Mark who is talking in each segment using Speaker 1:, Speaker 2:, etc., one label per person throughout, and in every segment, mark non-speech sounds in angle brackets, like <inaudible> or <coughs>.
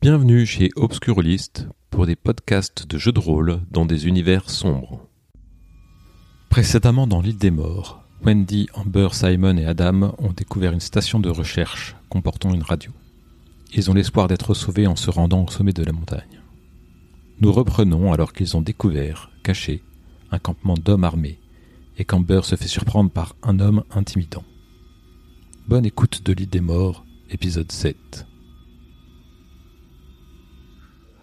Speaker 1: Bienvenue chez Obscurlist pour des podcasts de jeux de rôle dans des univers sombres. Précédemment dans l'île des morts, Wendy, Amber, Simon et Adam ont découvert une station de recherche comportant une radio. Ils ont l'espoir d'être sauvés en se rendant au sommet de la montagne. Nous reprenons alors qu'ils ont découvert, caché, un campement d'hommes armés et qu'Amber se fait surprendre par un homme intimidant. Bonne écoute de l'île des morts, épisode 7.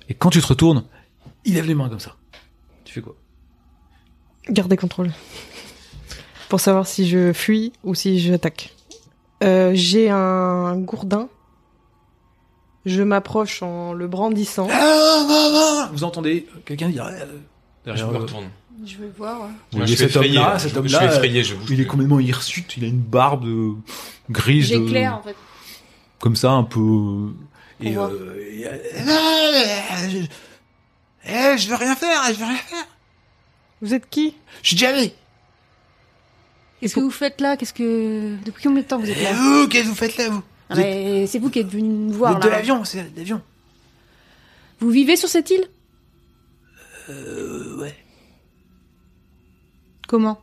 Speaker 2: Et quand tu te retournes, il lève les mains comme ça. Tu fais quoi
Speaker 3: Garder contrôle. Pour savoir si je fuis ou si j'attaque. Euh, J'ai un gourdin. Je m'approche en le brandissant.
Speaker 2: Ah, Vous entendez quelqu'un dire. euh,
Speaker 4: Ah, Je
Speaker 2: derrière
Speaker 4: me
Speaker 2: le-
Speaker 4: retourne.
Speaker 5: Je veux voir. ouais.
Speaker 2: Vous
Speaker 4: Moi,
Speaker 2: voyez
Speaker 4: je suis
Speaker 2: cet homme-là,
Speaker 4: effrayé.
Speaker 2: cet
Speaker 4: Je suis
Speaker 2: homme-là, euh,
Speaker 4: effrayé, je bouge.
Speaker 2: il est
Speaker 4: plus.
Speaker 2: complètement hirsute, il a une barbe de- grise, de-
Speaker 5: J'éclaire en fait.
Speaker 2: comme ça, un peu. Et,
Speaker 5: voit.
Speaker 2: euh, et, euh, Ah, je... Eh, je veux rien faire, je veux rien faire.
Speaker 3: Vous êtes qui
Speaker 2: Je suis déjà allé.
Speaker 5: Qu'est-ce que vous faites là Qu'est-ce que depuis combien de temps vous êtes
Speaker 2: Et
Speaker 5: là
Speaker 2: Eh, vous, qu'est-ce que vous faites là, vous
Speaker 5: Ah,
Speaker 2: vous êtes-
Speaker 5: mais C'est vous qui êtes venu nous
Speaker 2: Vous
Speaker 5: voir
Speaker 2: êtes de
Speaker 5: là.
Speaker 2: l'avion, c'est l'avion.
Speaker 5: Vous vivez sur cette île
Speaker 2: Euh, ouais.
Speaker 5: Comment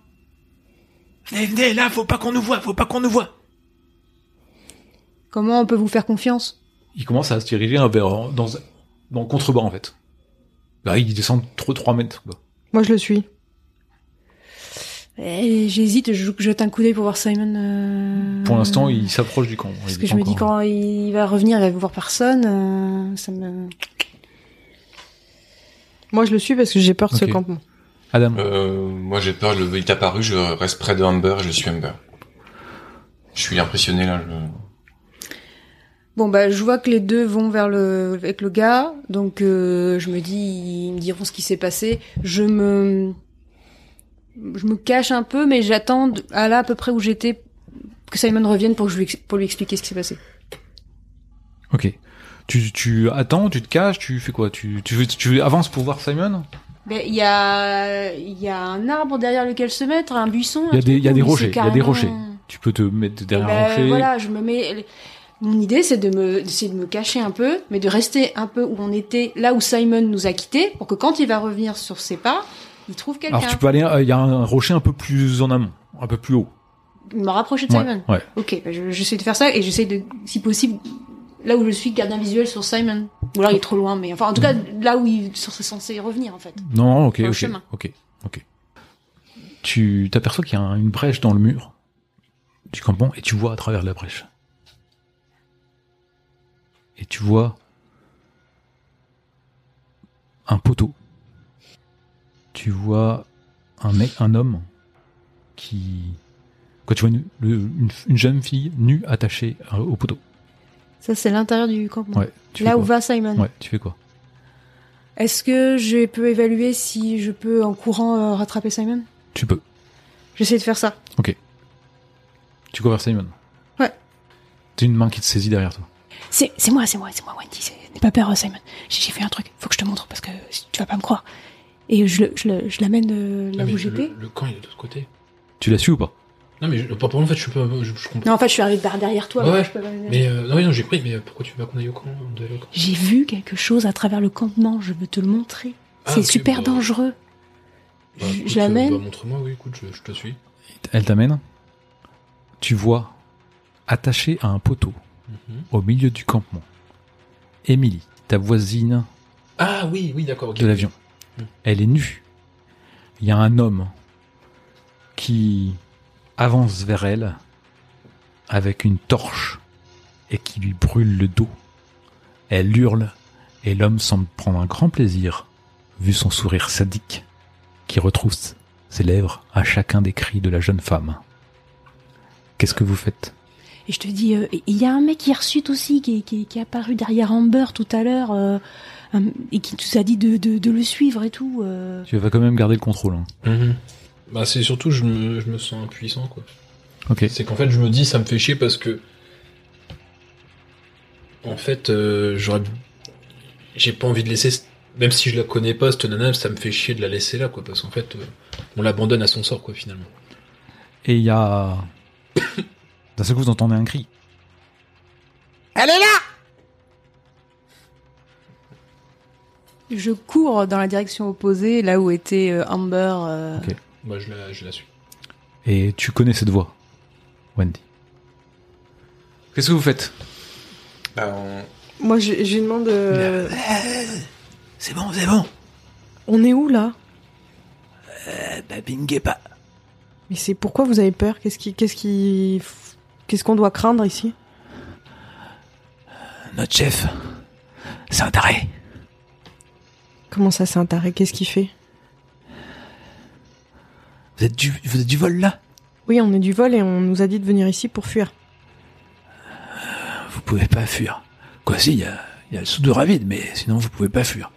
Speaker 2: Venez, Eh, venez, là, faut pas qu'on nous voit, faut pas qu'on nous voit.
Speaker 5: Comment on peut vous faire confiance
Speaker 2: il commence à se diriger vers, dans, dans le contrebas, en fait. Là, il descend trop 3 mètres, quoi.
Speaker 3: Moi je le suis.
Speaker 5: Eh, J'hésite, je je jette un coup d'œil pour voir Simon. euh,
Speaker 2: Pour l'instant, il s'approche du camp.
Speaker 5: Parce
Speaker 2: Il
Speaker 5: que
Speaker 2: est
Speaker 5: je me dis
Speaker 2: encore-
Speaker 5: quand il va revenir, il va voir personne. euh, Ça me.
Speaker 3: Moi je le suis parce que j'ai peur de
Speaker 2: Ok.
Speaker 3: ce campement.
Speaker 2: Adam,
Speaker 4: Euh, moi, j'ai peur, le il est apparu, je reste près de Amber, je suis Amber. Je suis impressionné, là. je-
Speaker 5: Bon bah je vois que les deux vont vers le avec le gars, donc euh, je me dis ils me diront ce qui s'est passé. Je me je me cache un peu, mais j'attends de- à là à peu près où j'étais que Simon revienne pour que je lui ex- pour lui expliquer ce qui s'est passé.
Speaker 2: ok. Tu, tu attends, tu te caches, tu fais quoi tu, tu, tu avances pour voir Simon
Speaker 5: Ben il y a il y a un arbre derrière lequel se mettre, un buisson.
Speaker 2: Il y a
Speaker 5: un
Speaker 2: des-
Speaker 5: truc
Speaker 2: il y a
Speaker 5: où
Speaker 2: des
Speaker 5: il s'est
Speaker 2: rochers, il y a des
Speaker 5: carrément-
Speaker 2: rochers. Tu peux te mettre
Speaker 5: Ben,
Speaker 2: derrière un rocher.
Speaker 5: voilà, je me mets. Mon idée, c'est de me, c'est de me cacher un peu, mais de rester un peu où on était, là où Simon nous a quittés, pour que quand il va revenir sur ses pas, il trouve quelqu'un.
Speaker 2: Alors, tu peux aller, euh, il y a un rocher un peu plus en amont, un peu plus haut.
Speaker 5: me rapprocher de
Speaker 2: Ouais,
Speaker 5: Simon.
Speaker 2: ouais.
Speaker 5: Ok, bah, je- j'essaie de faire ça et j'essaie de, si possible, là où je suis, garder un visuel sur Simon. Ou alors il est trop loin, mais enfin, en tout cas, là où il serait censé revenir, en fait.
Speaker 2: Non, ok,
Speaker 5: Sur le
Speaker 2: ok,
Speaker 5: chemin.
Speaker 2: ok, ok. Tu t'aperçois qu'il y a un- une brèche dans le mur du campement et tu vois à travers la brèche. Et tu vois un poteau. Tu vois un mec, un homme qui. Quand tu vois une, le- une- une jeune fille nue attachée euh, au poteau.
Speaker 5: Ça, c'est l'intérieur du campement.
Speaker 2: Ouais. Tu fais
Speaker 5: là où
Speaker 2: quoi
Speaker 5: va Simon.
Speaker 2: Ouais. Tu fais quoi
Speaker 5: Est-ce que je peux évaluer si je peux, en courant, euh, rattraper Simon
Speaker 2: Tu peux.
Speaker 5: J'essaie de faire ça.
Speaker 2: Tu cours vers Simon.
Speaker 5: Ouais.
Speaker 2: T'as une main qui te saisit derrière toi.
Speaker 5: C'est c'est moi, c'est moi, c'est moi, Wendy. c'est- N'aie pas peur, Simon. J'ai j'ai fait un truc. Faut que je te montre parce que tu vas pas me croire. Et je le- je le- je l'amène euh, là
Speaker 6: Ah, mais
Speaker 5: où
Speaker 6: le-
Speaker 5: j'étais.
Speaker 6: Le, camp, il est de l'autre côté.
Speaker 2: Tu la suis ou pas
Speaker 6: Non, mais je, pas pour moi, en fait, je, suis pas, je, je comprends.
Speaker 5: Non, en fait, je suis arrivée par derrière toi.
Speaker 6: Ouais,
Speaker 5: alors je peux pas-
Speaker 6: Mais euh, non, oui, non, j'ai compris, mais euh, pourquoi tu veux pas qu'on aille au camp on doit aller au camp
Speaker 5: J'ai vu quelque chose à travers le campement, je veux te le montrer.
Speaker 6: Ah,
Speaker 5: c'est
Speaker 6: ok,
Speaker 5: super
Speaker 6: bah,
Speaker 5: dangereux.
Speaker 6: bah,
Speaker 5: je-
Speaker 6: écoute,
Speaker 5: je l'amène.
Speaker 6: euh, bah, Montre-moi, oui, écoute, je, je te suis.
Speaker 2: Elle t'amène. Tu vois, attachée à un poteau
Speaker 6: Mhm.
Speaker 2: au milieu du campement, Émilie, ta voisine
Speaker 6: Ah oui, oui, d'accord. ok.
Speaker 2: de l'avion.
Speaker 6: Mhm.
Speaker 2: Elle est nue. Il y a un homme qui avance vers elle avec une torche et qui lui brûle le dos. Elle hurle et l'homme semble prendre un grand plaisir vu son sourire sadique qui retrousse ses lèvres à chacun des cris de la jeune femme. Qu'est-ce que vous faites
Speaker 6: bah.
Speaker 5: Et je te dis, euh, il y a un mec hirsute aussi qui, est- qui est- qui est apparu derrière Amber tout à l'heure euh, hum, et qui nous a dit de, de- de le suivre et tout. euh.
Speaker 2: Tu vas quand même garder le contrôle. hein.
Speaker 6: Mhm. Bah, c'est surtout, je me, je me sens impuissant, quoi.
Speaker 2: Ok.
Speaker 6: C'est qu'en fait, je me dis, ça me fait chier parce que. En fait, euh, j'aurais. J'ai pas envie de laisser. ce- Même si je la connais pas, cette nana, ça me fait chier de la laisser là, quoi. Parce qu'en fait, euh, on l'abandonne à son sort, quoi, finalement.
Speaker 2: Et il y a. <coughs> D'un seul coup, vous entendez un cri.
Speaker 7: Elle est là
Speaker 5: Je cours dans la direction opposée, là où était euh, Amber. euh,
Speaker 2: Ok.
Speaker 6: Moi, je la, je la suis.
Speaker 2: Et tu connais cette voix, Wendy. Qu'est-ce que vous faites
Speaker 4: Bah, on-
Speaker 3: Moi, je, je lui demande. euh,
Speaker 2: C'est bon, c'est bon.
Speaker 3: on est où là
Speaker 2: Bah, binguez pas.
Speaker 3: Mais c'est pourquoi vous avez peur Qu'est-ce qui, qu'est-ce qui, qu'est-ce qu'on doit craindre ici
Speaker 2: Notre chef, c'est un taré.
Speaker 3: Comment ça, c'est un taré Qu'est-ce qu'il fait
Speaker 2: Vous êtes du, vous êtes du vol là
Speaker 3: Oui, on est du vol et on nous a dit de venir ici pour fuir.
Speaker 2: Vous pouvez pas fuir. Quoi si, il y a, il y a le sous de vide, mais sinon vous pouvez pas fuir.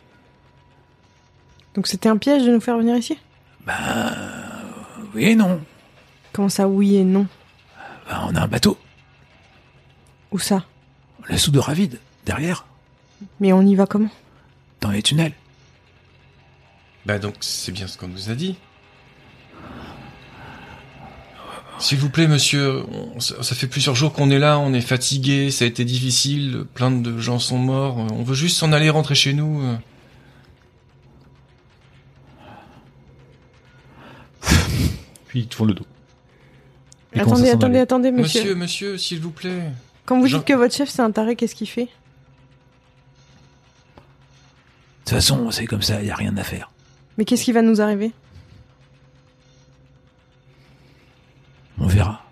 Speaker 3: Donc c'était un piège de nous faire venir ici
Speaker 2: Ben, euh, Oui et non.
Speaker 3: Comment ça, oui et non
Speaker 2: Bah, on a un bateau,
Speaker 3: Où ça
Speaker 2: le sous de vide, derrière,
Speaker 3: Mais on y va comment
Speaker 2: dans les tunnels.
Speaker 4: bah donc, c'est bien ce qu'on nous a dit. S'il vous plaît, monsieur, on- ça ça fait plusieurs jours qu'on est là, on est fatigué, ça a été difficile, plein de gens sont morts, euh, on veut juste s'en aller rentrer chez nous. euh.
Speaker 1: Puis ils tournent le dos.
Speaker 2: Ils commencent à
Speaker 3: Attendez,
Speaker 2: s'en
Speaker 3: attendez,
Speaker 2: aller.
Speaker 3: attendez, monsieur.
Speaker 4: Monsieur, monsieur, s'il vous plaît.
Speaker 3: Quand vous dites
Speaker 4: Jean-
Speaker 3: que votre chef c'est un taré, qu'est-ce qu'il fait
Speaker 2: De toute façon, c'est comme ça, il y a rien à faire.
Speaker 3: Mais qu'est-ce qui va nous arriver
Speaker 2: On verra.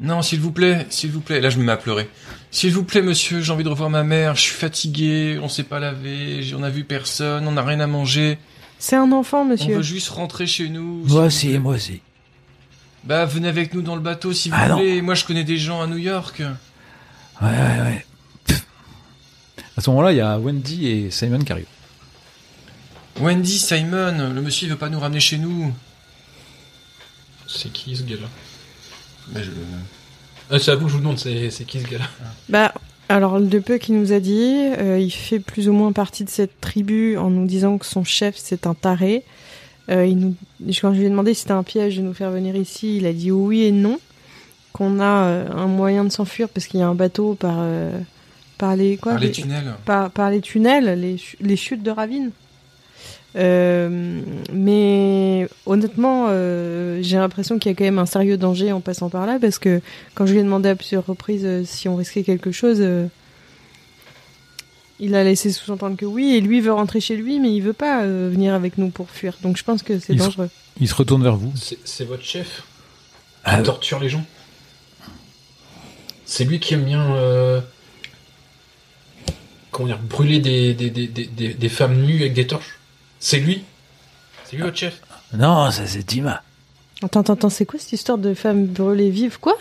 Speaker 4: Non, s'il vous plaît, s'il vous plaît. Là, je me mets à pleurer. S'il vous plaît, monsieur, j'ai envie de revoir ma mère. Je suis fatigué, on s'est pas lavé, j- on a vu personne, on n'a rien à manger.
Speaker 3: C'est un enfant,
Speaker 4: On
Speaker 3: monsieur.
Speaker 4: veut juste rentrer chez nous. s'il
Speaker 2: Moi
Speaker 4: vous
Speaker 2: aussi,
Speaker 4: plaît.
Speaker 2: moi aussi.
Speaker 4: Bah, venez avec nous dans le bateau, s'il vous
Speaker 2: Ah non.
Speaker 4: plaît. Moi, je connais des gens à New York.
Speaker 2: Ouais, ouais, ouais.
Speaker 1: À ce moment-là, il y a Wendy et Simon qui arrivent.
Speaker 4: Wendy, Simon, le monsieur, il veut pas nous ramener chez nous.
Speaker 6: C'est qui ce gars-là
Speaker 4: Bah, je...
Speaker 6: ah, C'est à vous que je vous demande, c'est c'est qui ce gars-là
Speaker 3: Bah, alors le peu qui nous a dit, euh, il fait plus ou moins partie de cette tribu en nous disant que son chef c'est un taré. Euh, il nous... Quand je lui ai demandé si c'était un piège de nous faire venir ici, il a dit oui et non. Qu'on a euh, un moyen de s'enfuir parce qu'il y a un bateau par, euh, par les quoi
Speaker 4: Par les
Speaker 3: les-
Speaker 4: tunnels.
Speaker 3: par, par les tunnels, les, chu- les chutes de ravines. Euh, mais honnêtement, euh, j'ai l'impression qu'il y a quand même un sérieux danger en passant par là, parce que quand je lui ai demandé à plusieurs reprises euh, si on risquait quelque chose, euh, il a laissé sous-entendre que oui, et lui veut rentrer chez lui, mais il veut pas euh, venir avec nous pour fuir. Donc je pense que c'est
Speaker 1: Ils sont-
Speaker 3: dangereux.
Speaker 1: Ils se retournent vers vous.
Speaker 6: C'est c'est votre chef
Speaker 2: Ah,
Speaker 6: Il torture les gens C'est lui qui aime bien. euh, Comment dire Brûler des, des, des, des, des- des femmes nues avec des torches C'est lui C'est lui votre chef
Speaker 2: Non, ça c'est Tima.
Speaker 3: Attends, attends, attends, c'est quoi cette histoire de femme brûlée vive Quoi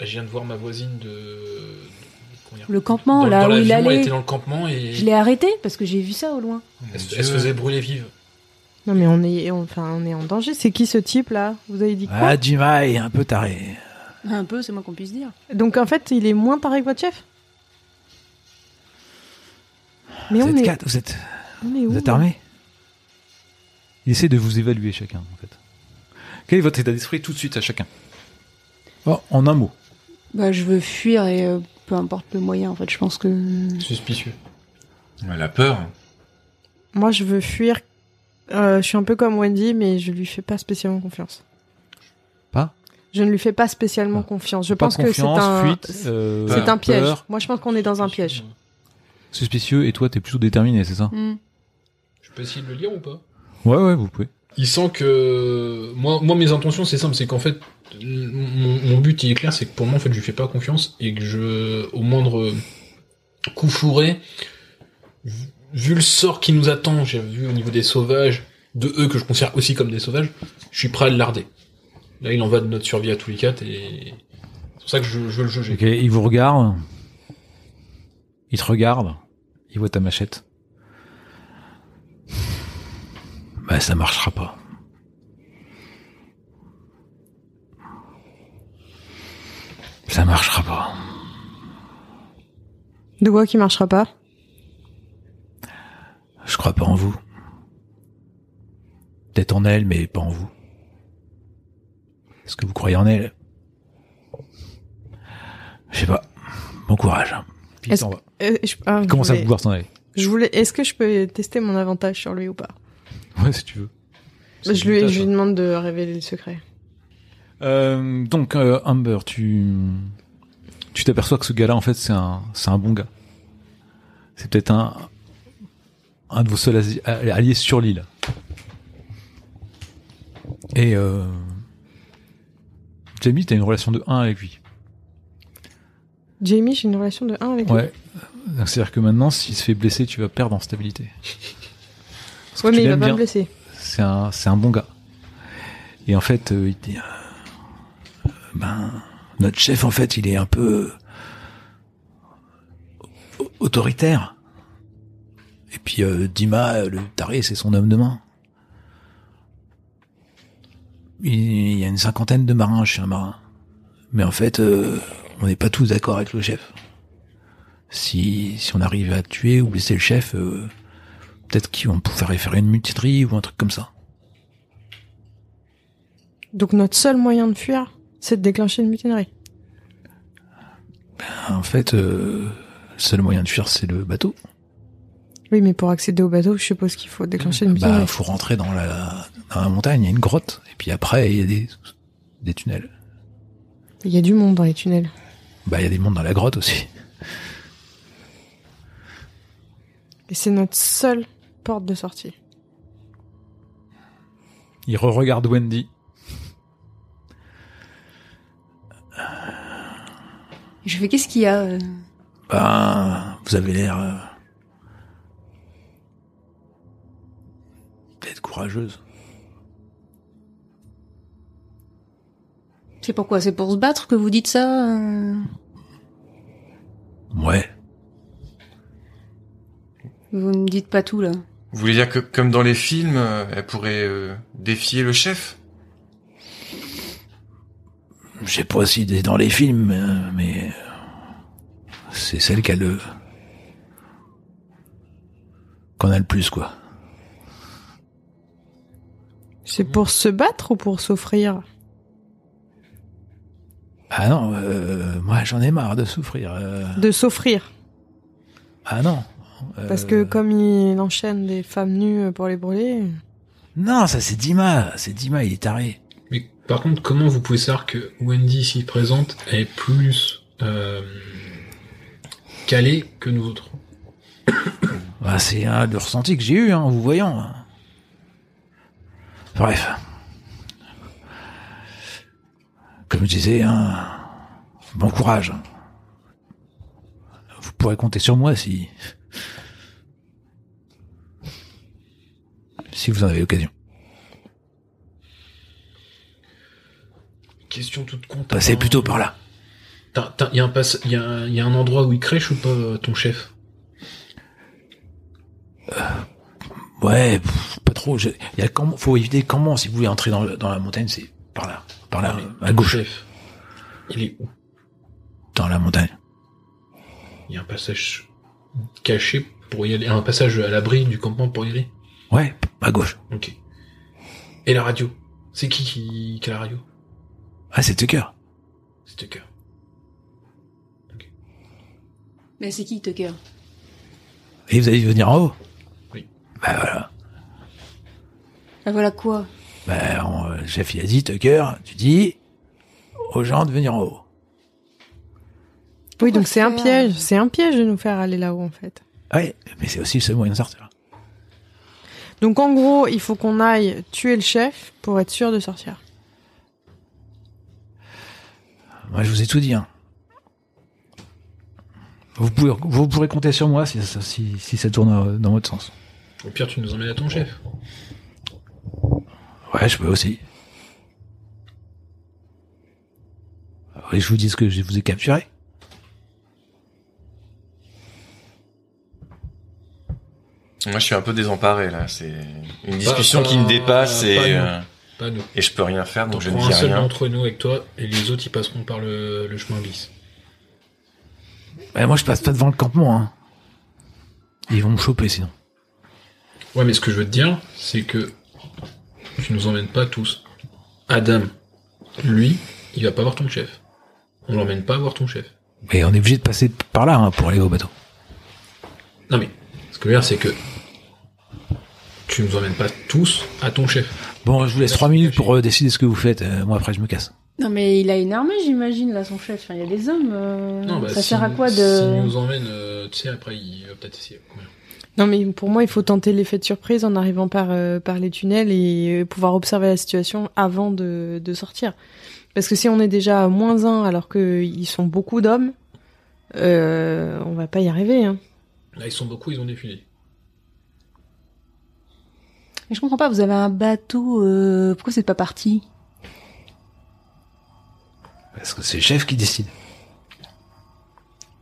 Speaker 6: Je viens de voir ma voisine de. comment dire
Speaker 5: Le campement,
Speaker 6: Dans-
Speaker 5: là
Speaker 6: dans
Speaker 5: où
Speaker 6: la
Speaker 5: il
Speaker 6: vision,
Speaker 5: allait.
Speaker 6: Elle était dans le campement et.
Speaker 5: Je l'ai arrêté parce que j'ai vu ça au loin.
Speaker 4: Mon
Speaker 6: Elle, se-
Speaker 4: Dieu.
Speaker 6: elle se faisait brûler vive.
Speaker 3: Non mais on est, on- enfin, on est en danger. C'est qui ce type là Vous avez dit quoi
Speaker 2: Ah, Tima est un peu taré.
Speaker 5: Un peu, c'est moins qu'on puisse dire.
Speaker 3: Donc en fait, il est moins taré que votre chef Mais
Speaker 2: vous
Speaker 3: on
Speaker 2: êtes
Speaker 3: est,
Speaker 2: quatre, vous êtes,
Speaker 3: on est où
Speaker 2: vous êtes armés
Speaker 1: Ils essaient de vous évaluer chacun, en fait. Quel est votre état d'esprit tout de suite à chacun Oh, En un mot.
Speaker 5: Bah, je veux fuir et euh, peu importe le moyen, en fait, je pense que.
Speaker 6: Suspicieux.
Speaker 4: Elle a peur.
Speaker 3: Moi, je veux fuir. Euh, je suis un peu comme Wendy, mais je lui fais pas spécialement confiance.
Speaker 1: Pas
Speaker 3: Je ne lui fais pas spécialement
Speaker 1: Ah.
Speaker 3: confiance. Je
Speaker 1: Pas
Speaker 3: pense que c'est
Speaker 1: confiance,
Speaker 3: un,
Speaker 1: fuite, euh,
Speaker 3: c'est un piège.
Speaker 1: peur,
Speaker 3: Moi, je pense qu'on est dans un piège.
Speaker 1: suspicieux, et toi, t'es plutôt déterminé, c'est ça
Speaker 5: Hmm.
Speaker 6: Je peux essayer de le lire ou pas
Speaker 1: Ouais, ouais, vous pouvez.
Speaker 6: Il sent que moi, moi mes intentions c'est simple, c'est qu'en fait mon, mon but il est clair, c'est que pour moi en fait je lui fais pas confiance et que je au moindre coup fourré, vu- vu le sort qui nous attend, j'ai vu au niveau des sauvages, de eux que je considère aussi comme des sauvages, je suis prêt à le larder. Là il en va de notre survie à tous les quatre et c'est pour ça que je, je veux le juger.
Speaker 1: Ok, il vous regarde. Il te regarde. Il voit ta machette.
Speaker 2: Bah, ça marchera pas. Ça marchera pas.
Speaker 3: De quoi qui marchera pas
Speaker 2: Je crois pas en vous. Peut-être en elle, mais pas en vous. Est-ce que vous croyez en elle Je sais pas. Bon courage.
Speaker 1: Puis il
Speaker 3: Est-ce
Speaker 1: s'en va.
Speaker 3: Euh, je- ah,
Speaker 1: Il
Speaker 3: je
Speaker 1: commence à
Speaker 3: ah, voulais-
Speaker 1: vouloir s'en aller.
Speaker 3: Je voulais. Est-ce que je peux tester mon avantage sur lui ou pas
Speaker 8: Ouais, si tu veux.
Speaker 6: C'est
Speaker 3: Je lui,
Speaker 6: une tâche,
Speaker 3: je lui
Speaker 6: hein.
Speaker 3: demande de révéler le secret.
Speaker 8: Euh, donc, euh, Amber, tu tu t'aperçois que ce gars-là, en fait, c'est un, c'est un bon gars. C'est peut-être un, un de vos seuls asi- alli- alliés sur l'île. Et euh, Jamie, t'as une relation de 1 avec lui.
Speaker 3: Jamie, j'ai une relation de 1 avec lui.
Speaker 8: Ouais. Donc, C'est-à-dire que maintenant, s'il se fait blesser, tu vas perdre
Speaker 3: <laughs>
Speaker 8: en stabilité. Parce que
Speaker 3: Ouais,
Speaker 8: tu
Speaker 3: mais il va
Speaker 8: l'aimes
Speaker 3: pas
Speaker 8: bien.
Speaker 3: me blesser.
Speaker 8: c'est un, c'est un bon gars. Et en fait, euh, il dit, euh, ben, notre chef, en fait, il est un peu euh, au- autoritaire. Et puis, euh, Dima, euh, le taré, c'est son homme de main. Il, il y a une cinquantaine de marins, je suis un marin. Mais en fait, euh, on n'est pas tous d'accord avec le chef. Si, si on arrive à tuer ou blesser le chef, euh, Peut-être qu'ils vont pouvoir faire une mutinerie ou un truc comme ça.
Speaker 3: Donc notre seul moyen de fuir, c'est de déclencher une mutinerie.
Speaker 8: En fait, euh, le seul moyen de fuir, c'est le bateau.
Speaker 3: Oui, mais pour accéder au bateau, je suppose qu'il faut déclencher une mutinerie.
Speaker 8: Bah, faut rentrer dans la, dans la montagne, il y a une grotte, et puis après, il y a des, des tunnels.
Speaker 3: Il y a du monde dans les tunnels.
Speaker 8: Bah, il y a des mondes dans la grotte aussi.
Speaker 3: Et c'est notre seule porte de sortie.
Speaker 8: Il re-regarde Wendy.
Speaker 5: Je fais qu'est-ce qu'il y a euh
Speaker 8: Bah, vous avez l'air... euh, peut-être courageuse.
Speaker 5: C'est pourquoi C'est pour se battre que vous dites ça euh
Speaker 8: Ouais.
Speaker 5: Vous ne dites pas tout là.
Speaker 4: Vous voulez dire que, comme dans les films, euh, elle pourrait euh, défier le chef
Speaker 8: Je sais pas si c'est dans les films, euh, mais c'est celle qu'elle euh, qu'on a le plus quoi.
Speaker 3: C'est
Speaker 8: Mmh.
Speaker 3: pour se battre ou pour s'offrir
Speaker 8: Ah non, euh, moi j'en ai marre de souffrir. euh,
Speaker 3: De s'offrir.
Speaker 8: ah non. euh,
Speaker 3: Parce que comme il enchaîne des femmes nues pour les brûler...
Speaker 8: non, ça c'est Dima, c'est Dima, il est taré.
Speaker 6: Mais par contre, comment vous pouvez savoir que Wendy ici présente est plus euh, calée que nous autres
Speaker 8: Bah, c'est un le ressenti que j'ai eu hein, en vous voyant. Bref. Comme je disais, hein, bon courage. Vous pourrez compter sur moi si si vous en avez l'occasion.
Speaker 6: Question toute con. t'as
Speaker 8: Passez
Speaker 6: pas un-
Speaker 8: Bah, plutôt par là.
Speaker 6: T'as- t'as- y a un pass- y a un- y a un endroit où il crèche ou pas euh, ton chef
Speaker 8: Ouais, pff, pas trop. je- Il y a comment, faut éviter comment si vous voulez entrer dans, le- dans la montagne, c'est par là, par là,
Speaker 6: Mais
Speaker 8: à
Speaker 6: ton
Speaker 8: gauche,
Speaker 6: Chef. Il est où
Speaker 8: dans la montagne.
Speaker 6: Il y a un passage caché pour y aller, un passage à l'abri du campement pour y aller.
Speaker 8: Ouais, p- à gauche.
Speaker 6: Ok. Et la radio C'est qui qui, qui a la radio
Speaker 8: Ah, c'est Tucker.
Speaker 6: C'est Tucker.
Speaker 5: Mais c'est qui Tucker
Speaker 8: Et vous allez venir en haut.
Speaker 6: Oui.
Speaker 8: Bah voilà.
Speaker 5: Ah voilà quoi
Speaker 8: Bah, on-
Speaker 2: euh,
Speaker 8: le chef il a dit Tucker, tu dis aux gens de venir en haut.
Speaker 3: oui, donc c'est un
Speaker 5: faire
Speaker 3: piège. C'est un piège de nous faire aller là-haut, en fait.
Speaker 2: Ah
Speaker 8: Ouais, mais c'est aussi le seul moyen de sortir.
Speaker 3: Donc en gros, il faut qu'on aille tuer le chef pour être sûr de sortir.
Speaker 8: Moi, je vous ai tout dit. Hein. Vous pouvez, vous pourrez compter sur moi si, ça- si, si ça tourne euh, dans votre sens.
Speaker 6: Au pire, tu nous emmènes à ton chef.
Speaker 8: Ouais, je peux aussi. Et je vous dis ce que je vous ai capturé.
Speaker 4: Moi, je suis un peu désemparé là. C'est une discussion qui me dépasse
Speaker 6: Bah, pas-
Speaker 4: et,
Speaker 6: pas nous.
Speaker 4: euh,
Speaker 6: Pas nous.
Speaker 4: et je peux rien faire,
Speaker 6: T'en
Speaker 4: donc je ne
Speaker 6: prends un
Speaker 4: dis
Speaker 6: seul
Speaker 4: rien.
Speaker 6: d'entre nous avec toi, et les autres, ils passeront par le, le chemin bis.
Speaker 8: Bah, moi, je passe pas devant le campement. Hein. Ils vont me choper sinon.
Speaker 6: Ouais, mais ce que je veux te dire, c'est que tu nous emmènes pas tous. Adam, lui, il va pas voir ton chef. On l'emmène pas voir ton chef.
Speaker 2: hein,
Speaker 8: Mais on est obligé de passer par là hein, pour aller au bateau.
Speaker 6: Non mais, ce que je veux dire, c'est que tu nous emmènes pas tous à ton chef.
Speaker 2: Bon, je vous laisse trois minutes pour euh, décider ce que vous faites. Euh, moi, après, je me casse.
Speaker 5: Non, mais il a une armée, j'imagine, là, son chef. Enfin, il y a des hommes. euh,
Speaker 6: Non, bah,
Speaker 5: ça
Speaker 6: si-
Speaker 5: sert à quoi
Speaker 6: S'il
Speaker 5: de.
Speaker 6: nous emmène, euh, tu sais, après, il va peut-être essayer. Ouais.
Speaker 3: Non, mais pour moi, il faut tenter l'effet de surprise en arrivant par, euh, par les tunnels et euh, pouvoir observer la situation avant de, de sortir. Parce que si on est déjà à moins un alors qu'ils sont beaucoup d'hommes, euh, on va pas y arriver. Hein.
Speaker 6: Là, ils sont beaucoup, ils ont défilé.
Speaker 5: Mais je comprends pas, vous avez un bateau, euh, pourquoi c'est pas parti
Speaker 2: Parce que c'est le chef qui décide.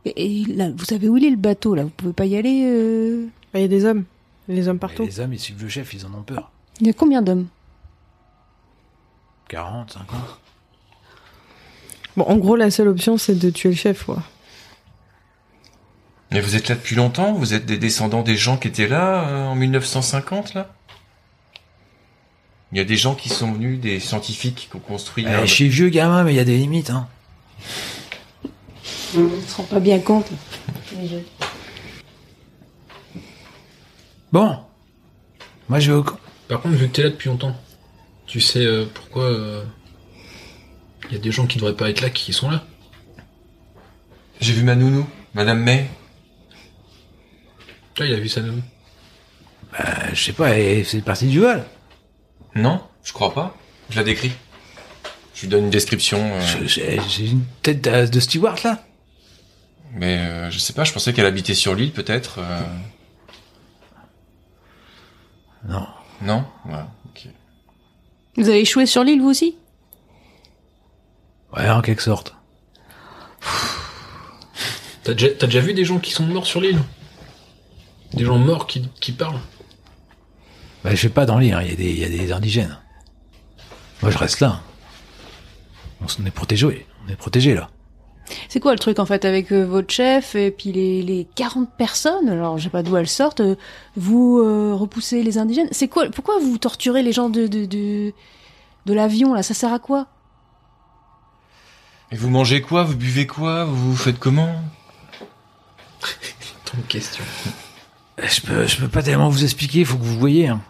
Speaker 5: et, et là, vous savez où il est le bateau, là Vous pouvez pas y aller euh
Speaker 3: Bah, Il y a des hommes. Les hommes
Speaker 2: Mais
Speaker 3: partout.
Speaker 2: Les hommes, ils suivent le chef, ils en ont peur.
Speaker 5: Il y a combien d'hommes
Speaker 2: 40, 50.
Speaker 3: Bon, en gros, la seule option, c'est de tuer le chef, quoi.
Speaker 4: Mais vous êtes là depuis longtemps Vous êtes des descendants des gens qui étaient là euh, en 1950, là Il y a des gens qui sont venus, des scientifiques qui ont construit...
Speaker 2: Eh,
Speaker 4: un-
Speaker 2: je suis vieux gamin, mais il y a des limites. Hein.
Speaker 5: On se rend pas bien compte.
Speaker 2: Bon. Moi, je vais au camp.
Speaker 6: Par contre, vu que t'es là depuis longtemps, tu sais euh, pourquoi euh, il y a des gens qui devraient pas être là qui sont là.
Speaker 4: J'ai vu ma nounou, Madame May.
Speaker 6: Toi, il a vu ça même.
Speaker 2: Euh, je sais pas, eh, c'est parti du vol.
Speaker 4: Non, je crois pas. Je la décris. Je lui donne une description. euh,
Speaker 2: Je- J'ai j'ai une tête de, de steward, là.
Speaker 4: Mais euh, je sais pas, je pensais qu'elle habitait sur l'île, peut-être. euh,
Speaker 2: Non.
Speaker 4: Non Voilà, ok.
Speaker 5: Vous avez échoué sur l'île, vous aussi
Speaker 2: Ouais, en quelque sorte.
Speaker 6: T'as déjà, t'as déjà vu des gens qui sont morts sur l'île Des gens morts qui, qui parlent
Speaker 2: Bah, je vais pas dans l'île, hein, il y, a des- il y a des indigènes. Moi, je reste là. On s- on est protégés, on est protégés, là.
Speaker 5: C'est quoi le truc en fait avec euh, votre chef et puis les, les 40 personnes Alors je sais pas d'où elles sortent. euh, Vous euh, repoussez les indigènes. C'est quoi Pourquoi vous torturez les gens de de de, de l'avion là Ça sert à quoi
Speaker 4: Et vous mangez quoi Vous buvez quoi Vous vous faites comment
Speaker 6: Tant de questions.
Speaker 2: Euh, Je peux, je peux pas tellement vous expliquer, faut que vous voyez. Hein.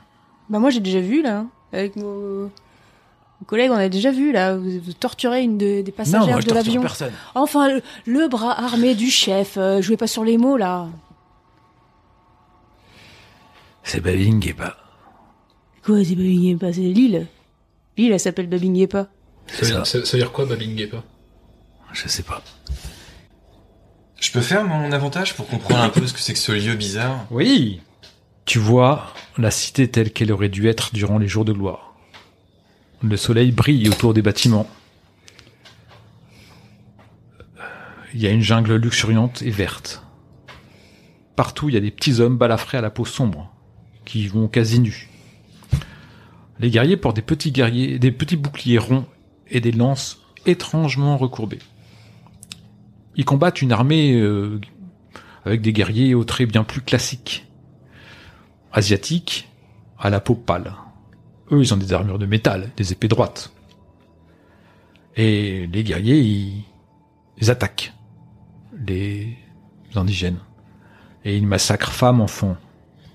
Speaker 5: Bah moi j'ai déjà vu là hein, avec nos, nos collègues. On a déjà vu là. Vous, vous torturez une de- des passagères
Speaker 2: Non, moi, je
Speaker 5: de
Speaker 2: torture
Speaker 5: l'avion.
Speaker 2: personne.
Speaker 5: Enfin le, le bras armé du chef. euh, jouez pas sur les mots là.
Speaker 2: C'est Babing et pas.
Speaker 5: Quoi c'est Babinguepa C'est l'île. L'île elle s'appelle Babinguepa.
Speaker 6: Ça veut,
Speaker 2: Ça.
Speaker 6: dire, ça- ça veut dire quoi, Babingepa
Speaker 2: Je sais pas.
Speaker 4: Je peux faire mon avantage pour comprendre un peu ce que c'est que ce lieu bizarre
Speaker 2: Oui Tu vois la cité telle qu'elle aurait dû être durant les jours de gloire. Le soleil brille autour des bâtiments. Il y a une jungle luxuriante et verte. Partout, il y a des petits hommes balafrés à la peau sombre, qui vont quasi nus. Les guerriers portent des petits guerriers, des petits boucliers ronds et des lances étrangement recourbées. Ils combattent une armée euh, avec des guerriers aux traits bien plus classiques. Asiatiques, à la peau pâle. Eux, ils ont des armures de métal, des épées droites. Et les guerriers, ils, ils attaquent les indigènes. Et ils massacrent femmes, enfants,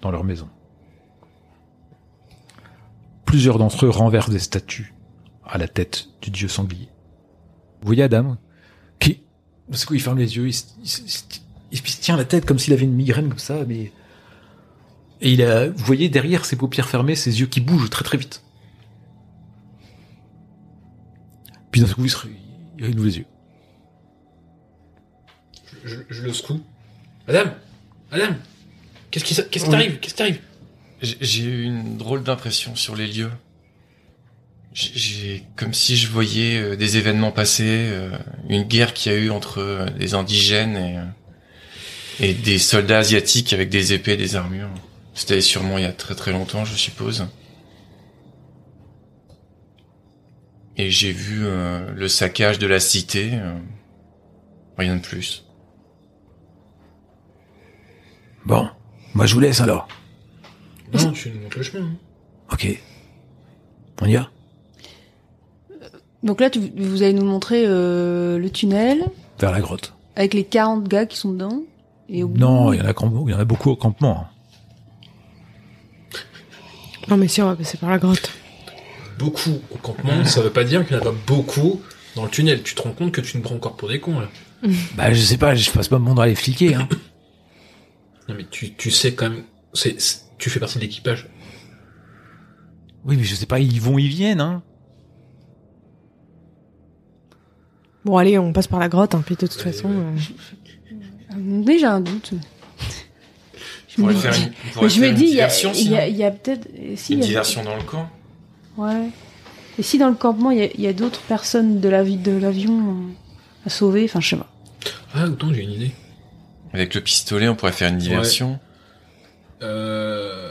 Speaker 2: dans leur maison. Plusieurs d'entre eux renversent des statues à la tête du dieu sanglier. Vous voyez Adam qui, parce qu'il ferme les yeux, il, se- il se- il se- il se tient la tête comme s'il avait une migraine comme ça, mais et il a, vous voyez derrière ses paupières fermées, ses yeux qui bougent très très vite. Puis d'un coup, il, se, il renoue les yeux.
Speaker 6: je, je le secoue. Madame Madame Qu'est-ce qui, sa- qu'est-ce qui t'arrive Qu'est-ce qui t'arrive
Speaker 4: J'ai- J'ai eu une drôle d'impression sur les lieux. J'ai- J'ai comme si je voyais euh, des événements passés, euh, une guerre qu'il y a eu entre euh, des indigènes et, euh, et des soldats asiatiques avec des épées et des armures. C'était sûrement il y a très très longtemps, je suppose. Et j'ai vu euh, le saccage de la cité. euh, rien de plus.
Speaker 2: Bon, moi je vous laisse alors.
Speaker 6: Non, tu nous montres le chemin. hein.
Speaker 2: Ok. On y va
Speaker 5: Donc là tu, vous allez nous montrer euh, le tunnel.
Speaker 2: Vers la grotte.
Speaker 5: Avec les 40 gars qui sont dedans et au bout-
Speaker 2: Non, il y, en a, com- il y en a beaucoup au campement. hein.
Speaker 3: Non, mais si, on va passer par la grotte.
Speaker 6: beaucoup au campement, ça veut pas dire qu'il n'y en a pas beaucoup dans le tunnel. Tu te rends compte que tu nous prends encore pour des cons, là.
Speaker 2: Bah, je sais pas, je passe pas mon temps à les fliquer, hein.
Speaker 6: Non, mais tu, tu sais quand même, c'est, c'est- tu fais partie de l'équipage.
Speaker 2: Oui, mais je sais pas, ils vont, ils viennent, hein.
Speaker 3: Bon, allez, on passe par la grotte, hein, puis de toute
Speaker 6: Ouais,
Speaker 3: façon.
Speaker 6: ouais.
Speaker 3: euh,
Speaker 5: euh, Déjà un doute. Je
Speaker 4: Pour
Speaker 5: me
Speaker 4: faire
Speaker 5: dis-
Speaker 4: une, pourrait
Speaker 5: je
Speaker 4: faire
Speaker 5: me
Speaker 4: une
Speaker 5: dis, il y a, euh,
Speaker 4: diversion,
Speaker 5: il y
Speaker 4: sinon.
Speaker 5: a- il y a peut-être. et si,
Speaker 4: une
Speaker 5: il y a-
Speaker 4: diversion dans le camp.
Speaker 5: Ouais. Et si dans le campement, il y a, il y a d'autres personnes de la vie de l'avion euh, à sauver Enfin, je sais pas.
Speaker 6: Ah, autant j'ai une idée.
Speaker 4: Avec le pistolet, on pourrait faire une diversion.
Speaker 6: Euh...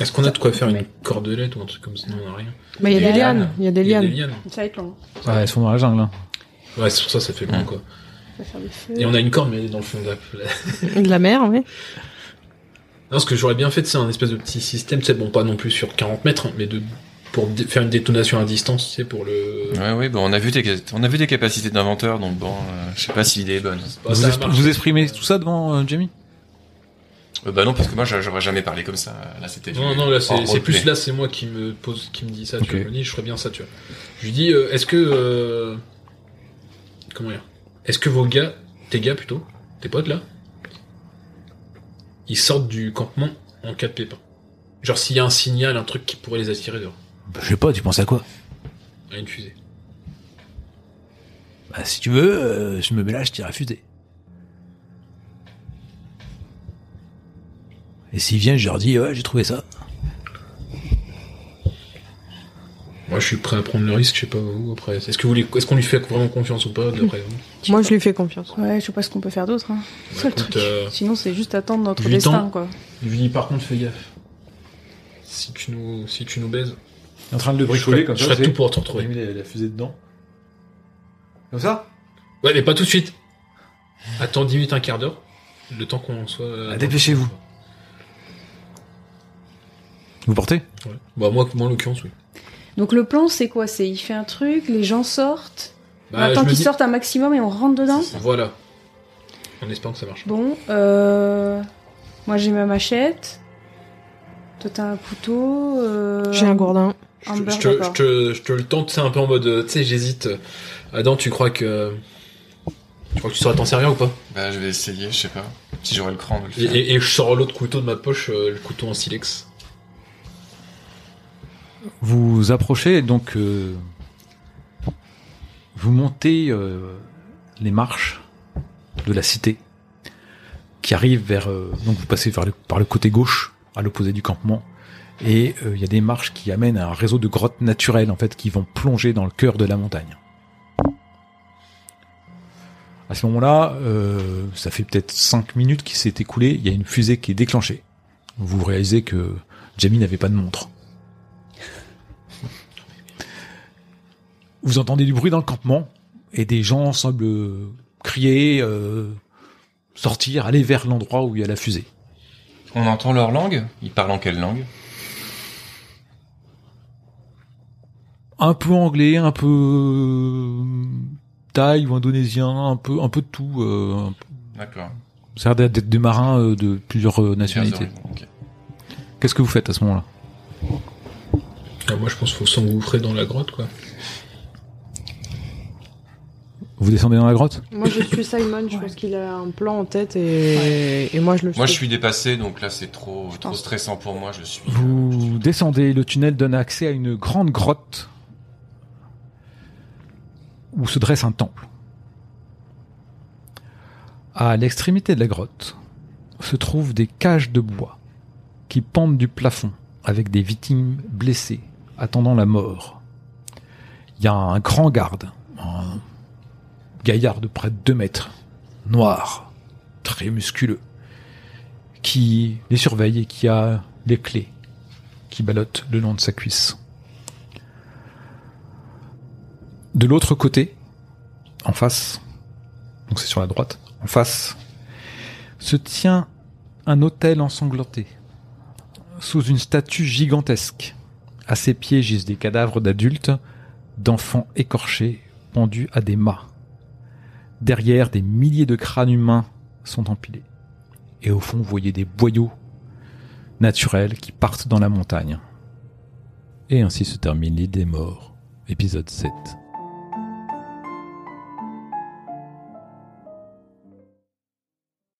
Speaker 6: Est-ce qu'on a de quoi faire une cordelette ou un truc comme ça Non, on a rien.
Speaker 3: Bah, il y a
Speaker 6: Il y a
Speaker 3: des
Speaker 6: des
Speaker 3: lianes,
Speaker 6: lianes.
Speaker 3: il y a des
Speaker 6: Il y a
Speaker 3: lianes.
Speaker 5: Ça va être long.
Speaker 2: Ouais, ils sont dans la jungle, hein.
Speaker 6: Ouais, c'est pour ça, ça fait long,
Speaker 4: Ouais.
Speaker 6: quoi.
Speaker 5: Ça va faire des feux.
Speaker 6: Et on a une corde, mais elle est dans le fond de la...
Speaker 3: De la mer, oui.
Speaker 6: Non, ce que j'aurais bien fait, c'est un espèce de petit système, c'est bon, pas non plus sur 40 mètres, hein, mais de pour dé- faire une détonation à distance, c'est pour le.
Speaker 4: Ouais, ouais, bon, on a vu tes, on a vu tes capacités d'inventeur, donc bon, euh, je sais pas si l'idée est bonne.
Speaker 6: Bah,
Speaker 2: vous,
Speaker 6: ça a
Speaker 2: exp-
Speaker 6: marché.
Speaker 2: vous exprimez tout ça devant euh, Jamie
Speaker 4: Euh, bah non, parce que moi, j'a- j'aurais jamais parlé comme ça. Là, c'était. du-
Speaker 6: Non, non, là, c'est
Speaker 4: hors
Speaker 6: c'est plus
Speaker 4: roleplay.
Speaker 6: là, c'est moi qui me pose, qui me dit ça,
Speaker 2: Ok.
Speaker 6: tu vois, je me dis, je ferais bien ça, tu vois. Je lui dis, euh, est-ce que. euh, Comment dire Est-ce que vos gars, tes gars plutôt, tes potes là, ils sortent du campement en cas de pépin Genre, s'il y a un signal, un truc qui pourrait les attirer dehors,
Speaker 2: bah, Je sais pas, tu penses à quoi
Speaker 6: à une fusée.
Speaker 2: Bah, si tu veux, euh, je me mets là, je tire à fusée. Et s'ils viennent, je leur dis, ouais, j'ai trouvé ça.
Speaker 6: Moi, je suis prêt à prendre le risque, je sais pas vous après. Est-ce que vous voulez- est-ce qu'on lui fait vraiment confiance ou pas d'après vous
Speaker 3: Moi, je lui fais confiance.
Speaker 5: Ouais, je sais pas ce qu'on peut faire d'autre. Hein. C'est ça le
Speaker 6: écoute,
Speaker 5: truc.
Speaker 6: euh,
Speaker 5: Sinon, c'est juste attendre notre
Speaker 6: huit ans.
Speaker 5: destin, quoi.
Speaker 6: Je lui dis, par contre, fais gaffe. Si tu nous, si tu nous baises,
Speaker 7: Il est en train de le
Speaker 6: je
Speaker 7: bricoler
Speaker 6: ferai-
Speaker 7: comme
Speaker 6: je
Speaker 7: ça.
Speaker 6: ferai tout
Speaker 7: tu sais.
Speaker 6: pour te
Speaker 7: J'ai
Speaker 6: retrouver.
Speaker 7: mis la, la fusée dedans. Comme ça
Speaker 6: Ouais, mais pas tout de suite. Attends 10 minutes, un quart d'heure. Le temps qu'on soit. euh,
Speaker 2: Ah, dépêchez-vous. Vous portez
Speaker 6: Ouais. Bah, moi, moi, en l'occurrence, oui.
Speaker 5: Donc, le plan, c'est quoi C'est il fait un truc, les gens sortent.
Speaker 6: Bah,
Speaker 5: on attend
Speaker 6: je me
Speaker 5: qu'ils
Speaker 6: dis-
Speaker 5: sortent un maximum et on rentre dedans.
Speaker 6: Voilà. En espérant que ça marche.
Speaker 5: Bon, euh. Moi, j'ai ma machette. Toi, t'as un couteau. euh,
Speaker 3: J'ai un gourdin.
Speaker 6: Je,
Speaker 5: Amber,
Speaker 6: te- je te,
Speaker 5: d'accord.
Speaker 6: je, te, je te le tente, c'est un peu en mode. euh, Tu sais, j'hésite. euh, Adam, tu crois que. euh, Tu crois que tu sauras t'en servir ou pas
Speaker 4: Bah, je vais essayer, je sais pas. Si j'aurais le cran de le
Speaker 6: et,
Speaker 4: faire.
Speaker 6: et- et je sors l'autre couteau de ma poche, euh, le couteau en silex.
Speaker 2: Vous approchez, donc euh, vous montez euh, les marches de la cité qui arrive vers. euh, donc vous passez vers le- par le côté gauche, à l'opposé du campement, et euh, il y a des marches qui amènent à un réseau de grottes naturelles en fait qui vont plonger dans le cœur de la montagne. À ce moment-là, euh, ça fait peut-être 5 minutes qu'il s'est écoulé, il y a une fusée qui est déclenchée. Vous réalisez que Jamie n'avait pas de montre. Vous entendez du bruit dans le campement et des gens semblent euh, crier, euh, sortir, aller vers l'endroit où il y a la fusée.
Speaker 4: On entend leur langue Ils parlent en quelle langue
Speaker 2: Un peu anglais, un peu euh, thaï ou indonésien, un peu un peu de tout. euh, un peu-
Speaker 4: D'accord.
Speaker 2: Ça a l'air d'être des marins euh, de plusieurs euh, nationalités.
Speaker 4: Ok.
Speaker 2: Qu'est-ce que vous faites à ce moment-là
Speaker 6: Ah, moi, je pense qu'il faut s'engouffrer dans la grotte, quoi.
Speaker 2: Vous descendez dans la grotte
Speaker 3: Moi, je suis Simon, je pense qu'il a un plan en tête et, et moi, je le
Speaker 4: Moi, je
Speaker 3: suis.
Speaker 4: suis dépassé, donc là, c'est trop, trop
Speaker 5: pense.
Speaker 4: stressant pour moi. Je suis. euh, je suis-
Speaker 2: Vous descendez, le tunnel donne accès à une grande grotte où se dresse un temple. À l'extrémité de la grotte se trouvent des cages de bois qui pendent du plafond avec des victimes blessées attendant la mort. Il y a un grand garde, un gaillard de près de 2 mètres, noir, très musculeux, qui les surveille et qui a les clés qui ballotte le long de sa cuisse. De l'autre côté, en face, donc c'est sur la droite, en face, se tient un autel ensanglanté. Sous une statue gigantesque, à ses pieds gisent des cadavres d'adultes, d'enfants écorchés, pendus à des mâts. Derrière, des milliers de crânes humains sont empilés. Et au fond, vous voyez des boyaux
Speaker 9: naturels qui partent dans la montagne.
Speaker 2: Et ainsi se termine l'île des morts, épisode 7.